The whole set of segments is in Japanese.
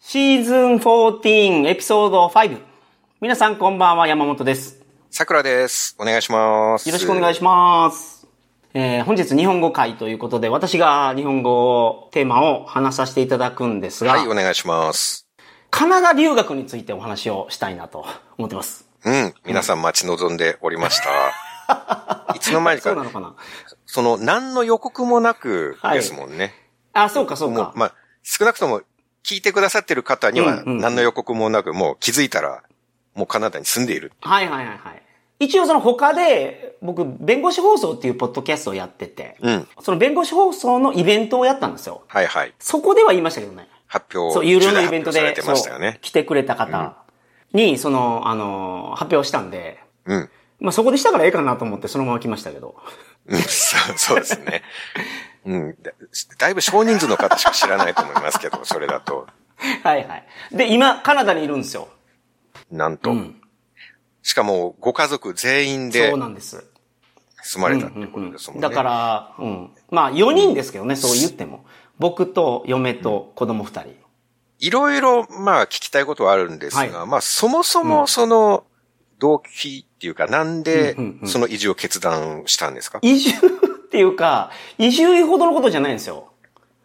シーズン14エピソード5。皆さんこんばんは、山本です。桜です。お願いします。よろしくお願いしします。えー、本日日本語会ということで、私が日本語テーマを話させていただくんですが、はい、お願いします。カナダ留学についてお話をしたいなと思ってます。うん、皆さん待ち望んでおりました。いつの間にそうなか、のかなその、何の予告もなくですもんね。あ、そうかそうもかう、。まあ、少なくとも、聞いてくださってる方には、うんうん何の予告もなく、もう気づいたら、もうカナダに住んでいる。はいはいはいはい。一応その他で、僕、弁護士放送っていうポッドキャストをやってて、うん。その弁護士放送のイベントをやったんですよ。はいはい。そこでは言いましたけどね。発表、そう、有料重の大イベントで、発表されてましたよそうね。来てくれた方に、その、あの、発表したんで、うん。まあ、そこでしたからええかなと思ってそのまま来ましたけど。 うんそうそうですね。うんだ。だいぶ少人数の方しか知らないと思いますけど、それだと。はいはい。で、今、カナダにいるんですよ。なんと。うん。しかも、ご家族全員でそうなんです。住まれたっうんてことですもんね。だから、うん。まあ、4人ですけどね、そう言っても。僕と嫁と子供2人。いろいろ、まあ、聞きたいことはあるんですが、はいまあ、そもそも、その、動機っていうか、なんでうんうんう、んその移住を決断したんですか、移住っていうか、移住ほどのことじゃないんですよ。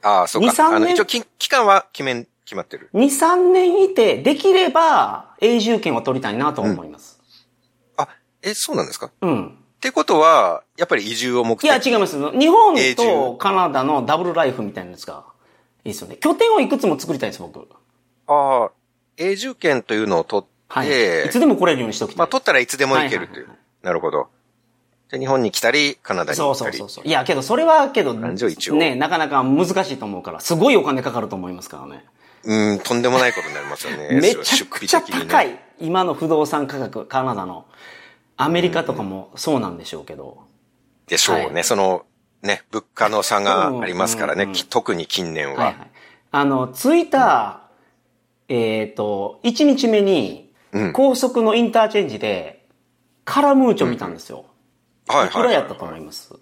ああ、そう二三か。あの、年一応、き期間は決め、決まってる。 2、3年いて、できれば永住権を取りたいなと思います。あ、え、そうなんですかっうんてことは、やっぱり移住を目的いや、違いいます。日本永と住カナダのダブルライフみたいなやつが、いいですよね。拠点をいくつも作りたいです、僕。ああ、永住権というのを取って、はい。いつでも来れるようにしときたい。まあ、取ったらいつでも行けるはいという。はいはいなるほど。で、日本に来たり、カナダにそ行うっそたうり。そうそう。いや、けど、それは、けど、感情一応ね、なかなか難しいと思うから、すごいお金かかると思いますからね。うん、とんでもないことになりますよね。めちゃくちゃ出費的にね高い。今の不動産価格、カナダの。アメリカとかもそうなんでしょうけど。でしょうね。はいその、ね、物価の差がありますからね。うんうんうんき特に近年は。はいはい。あの、着いた、えっ、と、1日目にうん、高速のインターチェンジで、カラムーチョ見たんですよ。はいいくらやったと思います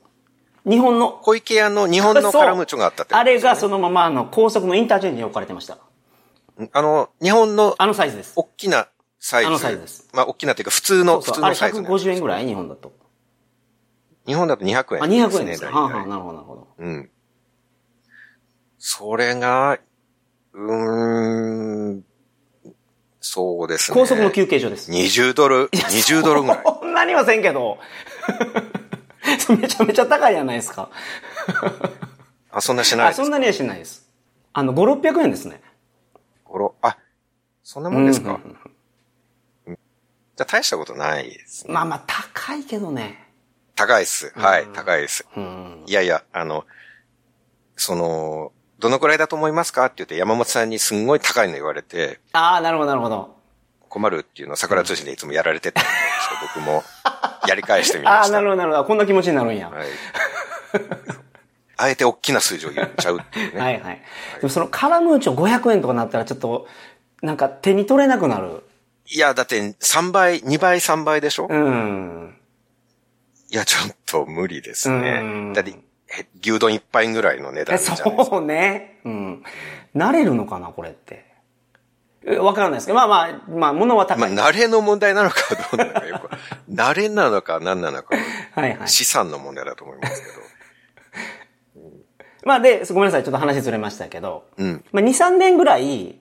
日本の。小池屋の日本のカラムーチョがあったってそうあれがそそのままあの高速のインターチェンジに置かれてました。あの、日本のあのサイズです。大きなサイズ。あのサイズですまあ、大きなというか、普通の、そうそう普通あれのサイズね、 150円ぐらい日本だと。日本だと200あ、円ですね。 200円ですか。大はあ、体はあ、なるほど、なるほど。うん。それが、うーん、そうですね。高速の休憩所です。 20ドル、20ドルぐらい。こんなにはせんけど。 めちゃめちゃ高いじゃないですか。あ、そんなしないあ、ですそんなにはしないです。あの、5、600円ですね。ごろあ、そんなもんですか。ううんうんじゃあ大したことないですね。まあまあ、高いけどね。高いっす。はい、高いです。うん。いやいや、あの、その、どのくらいだと思いますかって言って山本さんにすんごい高いの言われてああ、なるほど、なるほど。困るっていうのを桜通信でいつもやられてたんですけど、僕もやり返してみあまあ、しなた。るほど、なるほど。こんな気持ちになるんや。はい。 あえて大きな数字を言っちゃうっていうね。はいはい。でもそのカラムーチョ500円とかなったらちょっと、なんか手に取れなくなる。いや、だって3倍、2倍、3倍でしょうん。いや、ちょっと無理ですうんね。だって、え牛丼一杯ぐらいの値え段じゃないですか。そうね。うん。慣れるのかな、これって。えわからないですけど、まあまあ、まあ、物は ま高あ、い。慣れの問題なのかどうなのかよく、 慣れなのか何なのか、はいはい。資産の問題だと思いますけど。まあで、ごめんなさい、ちょっと話ずれましたけど、うん。まあ2、3年ぐらい、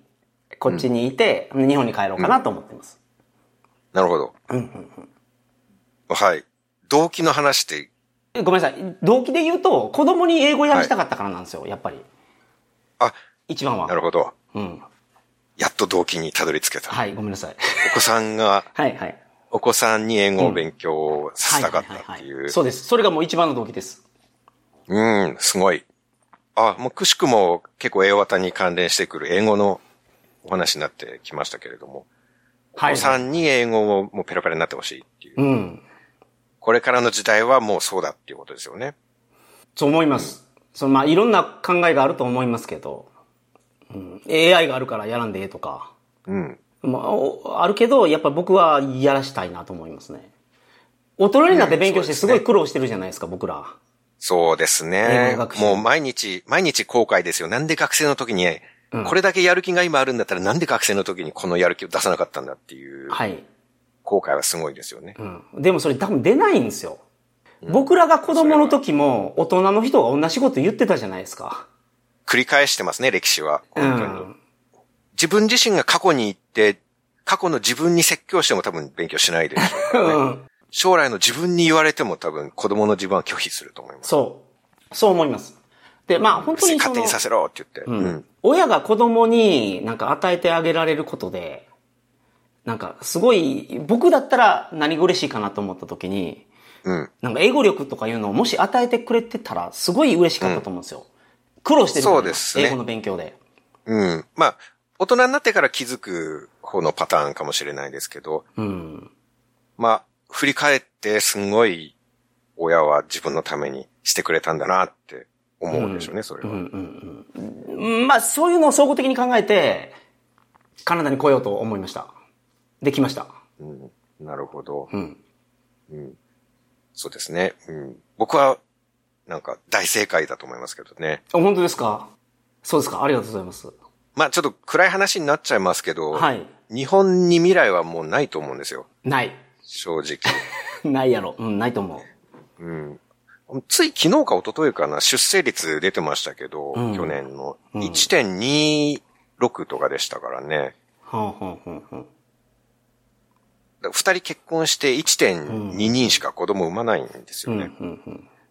こっちにいて、日本に帰ろうかなと思ってます。なるほど。はい。動機の話って、えごめんなさい、動機で言うと、子供に英語やらしたかったからなんですよ、やっぱり。あ、一番は。なるほど。うん。やっと動機にたどり着けた。はい、ごめんなさい。 お子さんが、はいはい。お子さんに英語を勉強させたかったっていう。そうです。それがもう一番の動機です。うん、すごい。あ、もうくしくも結構英和に関連してくる英語のお話になってきましたけれども、はお子さんに英語をもうペラペラになってほしいっていう。うん。これからの時代はもうそうだっていうことですよね。そう思います。そのまあ、いろんな考えがあると思いますけど、うん、AI があるからやらんでええとか、うん。まあお、あるけど、やっぱり僕はやらしたいなと思いますね。大人になって勉強してうんすそうですねごい苦労してるじゃないですか、僕ら。そうです英ね語学。習もう毎日、毎日後悔ですよ。なんで学生の時にこれだけやる気が今あるんだったらなんで学生の時にこのやる気を出さなかったんだっていうはい。後悔はすごいですよね。うん。でもそれ多分出ないんですよ。僕らが子供の時も大人の人が同じこと言ってたじゃないですか。繰り返してますね、歴史は。うん本当に。自分自身が過去に行って、過去の自分に説教しても多分勉強しないでしょうから ね、うん。将来の自分に言われても多分子供の自分は拒否すると思います。そう。そう思います。で、まあ本当にそ勝手のに、させろって言って。ううんん。親が子供になんか与えてあげられることで、なんかすごい、僕だったら何が嬉しいかなと思った時に、うん。なんか英語力とかいうのをもし与えてくれてたら、すごい嬉しかったと思うんですよ。苦労してるからそうですね英語の勉強で。うん。まあ、大人になってから気づく方のパターンかもしれないですけど、うん。まあ、振り返ってすごい親は自分のためにしてくれたんだなって思うんでしょうね、それは。うんまあ、そういうのを総合的に考えて、カナダに来ようと思いました。できました。うんなるほど。うん。そうですね。うん、僕は、なんか大正解だと思いますけどね。あ本当ですかそうですかありがとうございます。まあちょっと暗い話になっちゃいますけど、はい日本に未来はもうないと思うんですよ。ない。 正直。ないやろ。うん、ないと思うん、つい昨日か一昨日かな、出生率出てましたけど、うん去年の1.26とかでしたからね。う。はんはんはんはん。だから二人結婚して1.2人しか子供産まないんですよね。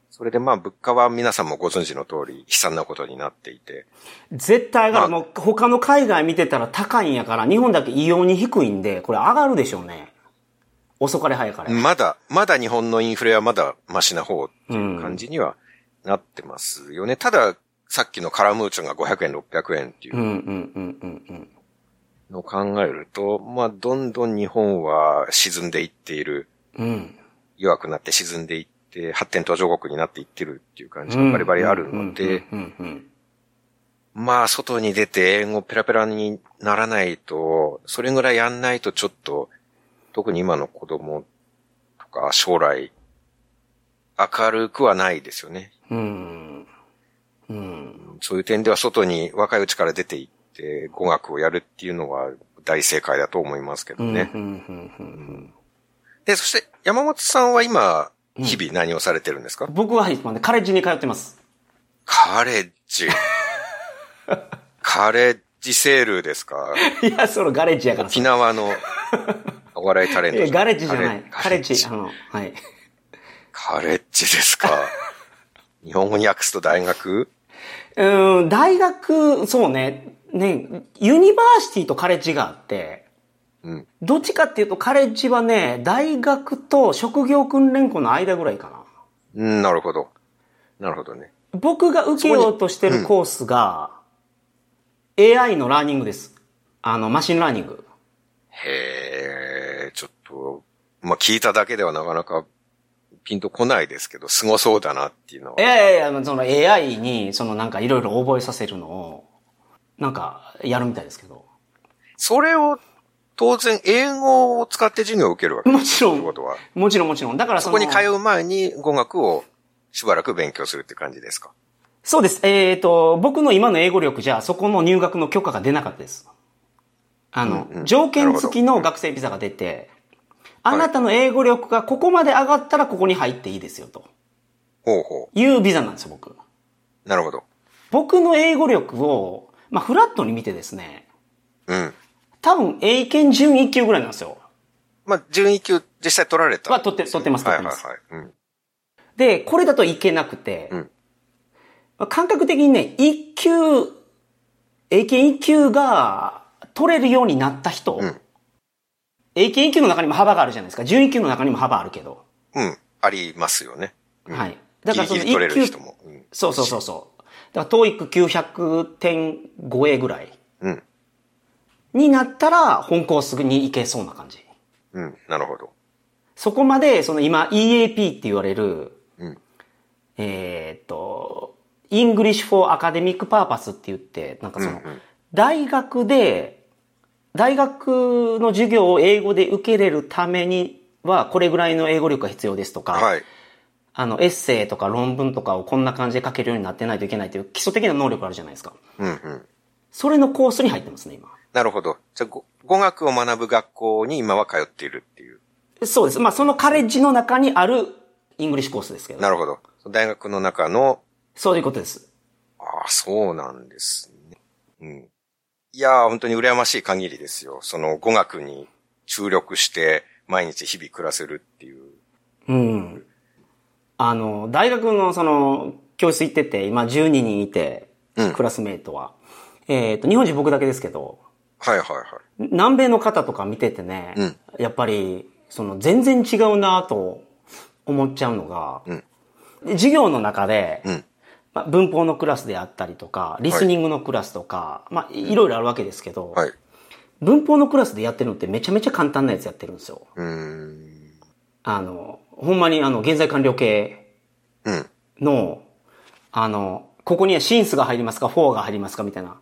それでまあ物価は皆さんもご存知の通り悲惨なことになっていて。絶対上がる。まもう他の海外見てたら高いんやから、日本だけ異様に低いんで、これ上がるでしょうね。遅かれ早かれ。まだ、まだ日本のインフレはまだマシな方っていう感じにはなってますよね。ただ、さっきのカラムーチョが500円、600円っていううんうんうんうんうん。のを考えると、まあ、どんどん日本は沈んでいっている、うん。弱くなって沈んでいって、発展途上国になっていってるっていう感じうがんバリバリあるので、うんうんまあ、外に出て英語ペラペラにならないと、それぐらいやんないとちょっと、特に今の子供とか将来、明るくはないですよね。うん。うん。うん。そういう点では外に若いうちから出て行って語学をやるっていうのは大正解だと思いますけどね。うんうんうんうんで、そして山本さんは今、日々何をされてるんですか、僕は今ね、カレッジに通ってます。 カレッジ。カレッジセールですかいや、そのガレッジやから沖縄のお笑いタレンいトやガレッジじゃない。カカレレッッジジ。あ。の、はい。カレッジですか。日本語に訳すと大学うーん、大学、そうね、ね、ユニバーシティとカレッジがあって、うん。どっちかっていうとカレッジはね、大学と職業訓練校の間ぐらいかな。うん、なるほど。なるほどね。僕が受けようとしてるコースが、AI のラーニングです。あの、マシンラーニング。へえ、ちょっと、まあ、聞いただけではなかなかピンとこないですけど、凄そうだなっていうのいは。やいやいや、その AI に、そのなんかいろいろ覚えさせるのを、なんか、やるみたいですけど。それを、当然、英語を使って授業を受けるわけでもす。ちろってんことは。もちろんもちろん。だからそその、こに通う前に語学をしばらく勉強するって感じですか。そうです。えっ、と、僕の今の英語力じゃ、そこの入学の許可が出なかったです。あの、うんうん条件付きの学生ビザが出て、あなたの英語力がここまで上がったらここに入っていいですよ、とほうほいうビザなんですよ、僕。う。なるほど。僕の英語力を、まあ、フラットに見てですね、うん。多分、英検準1級ぐらいなんですよ。まあ、準一級実際取られた。は取って取ってますはい取っはていますはい。うん。で、これだといけなくて、うんまあ感覚的にね、一級、英検一級が取れるようになった人、うん英検一級の中にも幅があるじゃないですか。準一級の中にも幅あるけど。うん。ありますよね。うんはい。ギリギリ取れる人も。うんそうそうそうそう。だから、TOEIC 900点超えぐらいうん。になったら、本校すぐに行けそうな感じ。うん。なるほど。そこまで、その今 EAP って言われる、うんえーっと、English for Academic Purpose って言って、なんかその、大学で、大学の授業を英語で受けれるためには、これぐらいの英語力が必要ですとか、はい。あの、エッセイとか論文とかをこんな感じで書けるようになってないといけないという基礎的な能力があるじゃないですか。うんうん。それのコースに入ってますね、今。なるほど。じゃあ、ご語学を学ぶ学校に今は通っているっていう。そうです。まあ、そのカレッジの中にあるイングリッシュコースですけど。なるほど。大学の中の、そういうことです。ああ、そうなんですね。うん。いやー、本当に羨ましい限りですよ。その語学に注力して、毎日日々暮らせるっていう。うん。あの、大学のその、教室行ってて、今12人いて、うんクラスメイトは。えっ、と、日本人僕だけですけど、はいはいはい。南米の方とか見ててね、うんやっぱり、その、全然違うなと思っちゃうのが、うんで授業の中で、うん。まあ、文法のクラスであったりとか、リスニングのクラスとか、まあ、いろいろあるわけですけど、はい。文法のクラスでやってるのってめちゃめちゃ簡単なやつやってるんですよ。うーん。あの、ほんまにあの、現在完了形うん。の、あの、ここにはシンスが入りますか、フォーが入りますかみたいな。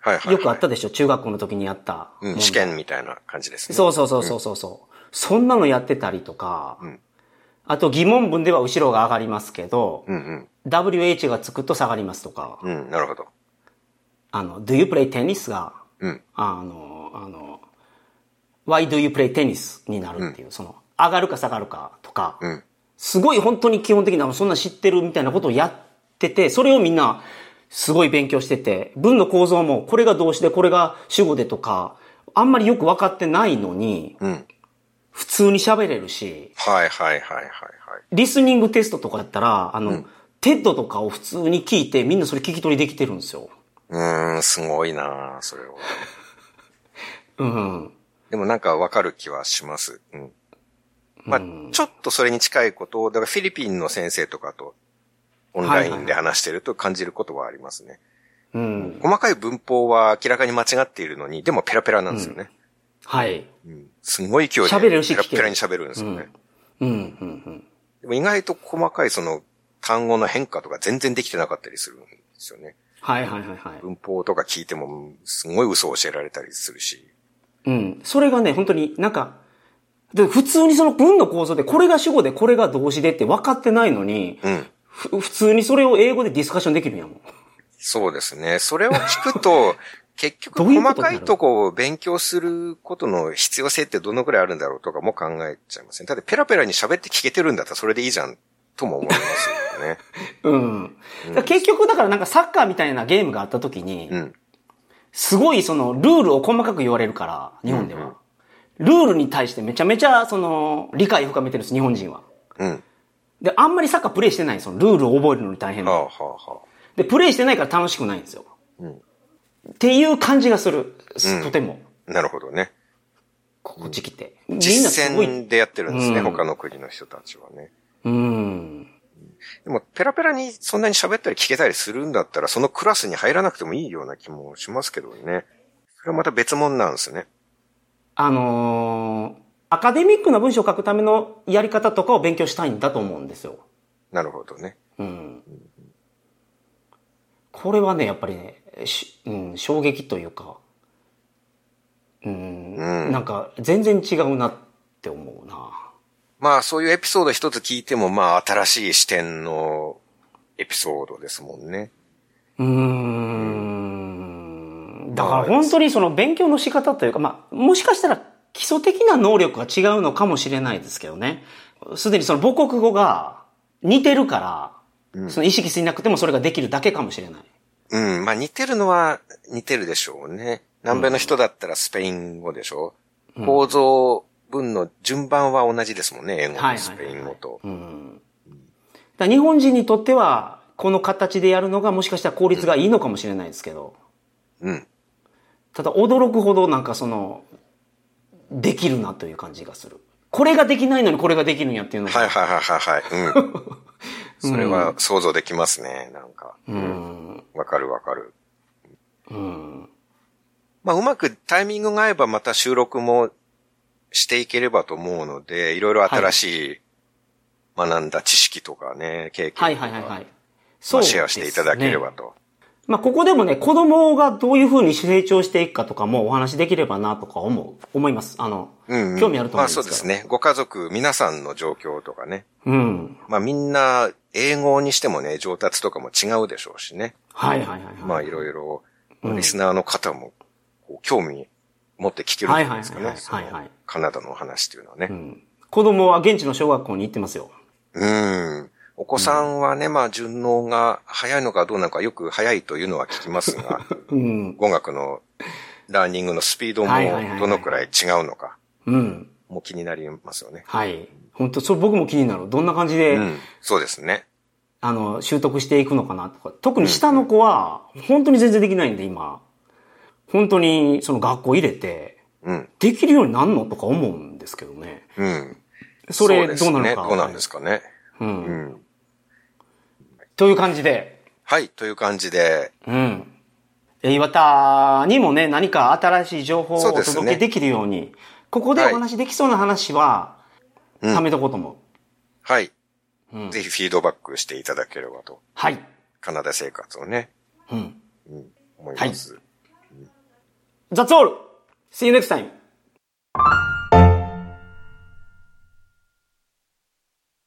はいはい、はい。よくあったでしょ中学校の時にやった。うん、試験みたいな感じですね。そうそうそうそうそうそう。そんなのやってたりとか、んあと疑問文では後ろが上がりますけど、うん WH がつくと下がりますとか、うん。うん、なるほど。あの、Do you play tennis が、うん。あの、あの、Why do you play tennis? になるっていう、その、上がるか下がるかとか、うん。すごい本当に基本的な、そんなん知ってるみたいなことをやってて、それをみんな、すごい勉強してて、文の構造も、これが動詞で、これが主語でとか、あんまりよく分かってないのに、うん。普通に喋れるし、はいはいはいはいはい。リスニングテストとかやったら、あの、テッドとかを普通に聞いて、みんなそれ聞き取りできてるんですよ。うーん、すごいなあそれを。うん。でもなんかわかる気はします。うん。まあ、ちょっとそれに近いことを、だからフィリピンの先生とかとオンラインで話してると感じることはありますね。うん。細かい文法は明らかに間違っているのに、でもペラペラなんですよね。はい。うんすごい勢いで。喋れるしペラ聞けるペラに喋るんですよね。うん、うん、うん。でも意外と細かいその単語の変化とか全然できてなかったりするんですよね。はいはいはいはい。文法とか聞いてもすごい嘘を教えられたりするし。うん。それがね、本当になんか、で普通にその文の構造で、これが主語で、これが動詞でって分かってないのに、うん。ふ普通にそれを英語でディスカッションできるんやもん。そうですね。それを聞 くと、結局どういうこ細とになかるいとこを勉強することの必要性ってどのくらいあるんだろうとかも考えちゃいますね。だってペラペラに喋って聞けてるんだったらそれでいいじゃんとも思いますよね。うん。だから結局、だからなんかサッカーみたいなゲームがあった時に、うん。すごいそのルールを細かく言われるから、日本では。ルールに対してめちゃめちゃその理解深めてるんです、日本人は。うん。で、あんまりサッカープレイしてないんですよ。ルールを覚えるのに大変はで。あはあはあ。で、プレイしてないから楽しくないんですよ。うんっていう感じがする。すとても。なるほどね。こっち来て。実みんなすごい。践でやってるんですうね。ん他の国の人たちはね。うん。でも、ペラペラにそんなに喋ったり聞けたりするんだったら、そのクラスに入らなくてもいいような気もしますけどね。それはまた別物なんですね。あのーアカデミックな文章を書くためのやり方とかを勉強したいんだと思うんですよ。なるほどね。うん。これはね、やっぱりね、しうん、衝撃というか、うん、うんなんか全然違うなって思うな。まあ、そういうエピソード一つ聞いても、まあ、新しい視点のエピソードですもんね。うーんだから本当にその勉強の仕方というか、まあ、もしかしたら基礎的な能力が違うのかもしれないですけどね。すでにその母国語が似てるから、その意識しなくてもそれができるだけかもしれない。うん。まあ、似てるのは似てるでしょうね。南米の人だったらスペイン語でしょ。構造文の順番は同じですもんね。英語はいはいはいとスペイン語と。うん。だから日本人にとっては、この形でやるのがもしかしたら効率がいいのかもしれないですけど、うん。ただ驚くほどなんかその、できるなという感じがする。これができないのにこれができるんやっていうのがはいはいはいはいは い。うん。それは想像できますね。なんか。うん。わかるわかる。うん。まあ、うまくタイミングが合えばまた収録もしていければと思うので、いろいろ新しい学んだ知識とかね、経験とか、はいはいはいはい。まそあシェアしていただければですねと。まあ、ここでもね、子供がどういうふうに成長していくかとかもお話しできればなとか思う、思います。あの、うん、興味あると思うんまであすけそうど。ですね。ご家族、皆さんの状況とかね。うん。まあみんな、英語にしてもね、上達とかも違うでしょうしね。はいはいはい、はい。まあいろいろ、うんリスナーの方も、こう興味持って聞けるんじゃないですかはいね。はいそのはいはいカナダのお話っていうのはうね。ん。子供は現地の小学校に行ってますよ。うん。お子さんはね、まあ、順応が早いのかどうなのかよく早いというのは聞きま すが、うん。語学のラーニングのスピードもはいはいはいはいどのくらい違うのか、うん。もう気になりますよね。はい。本当それ僕も気になる。どんな感じで、うん。そうですね。あの、習得していくのかなとか。特に下の子は、本当に全然できないんで、今。本当に、その学校入れて、うん。できるようになんのとか思うんですけどね。うん。それ、うですどうなねのか。どうなんですかね。う。うんん。という感じで、はい、という感じで、うん。え岩田にもね、何か新しい情報をそうおですね届けできるように、ここでお話できそうな話は、うん貯めとこうと思はい、う。うん。ぜひフィードバックしていただければと、はい。カナダ生活をね、うん。うん、思います。 That's all! See you next time!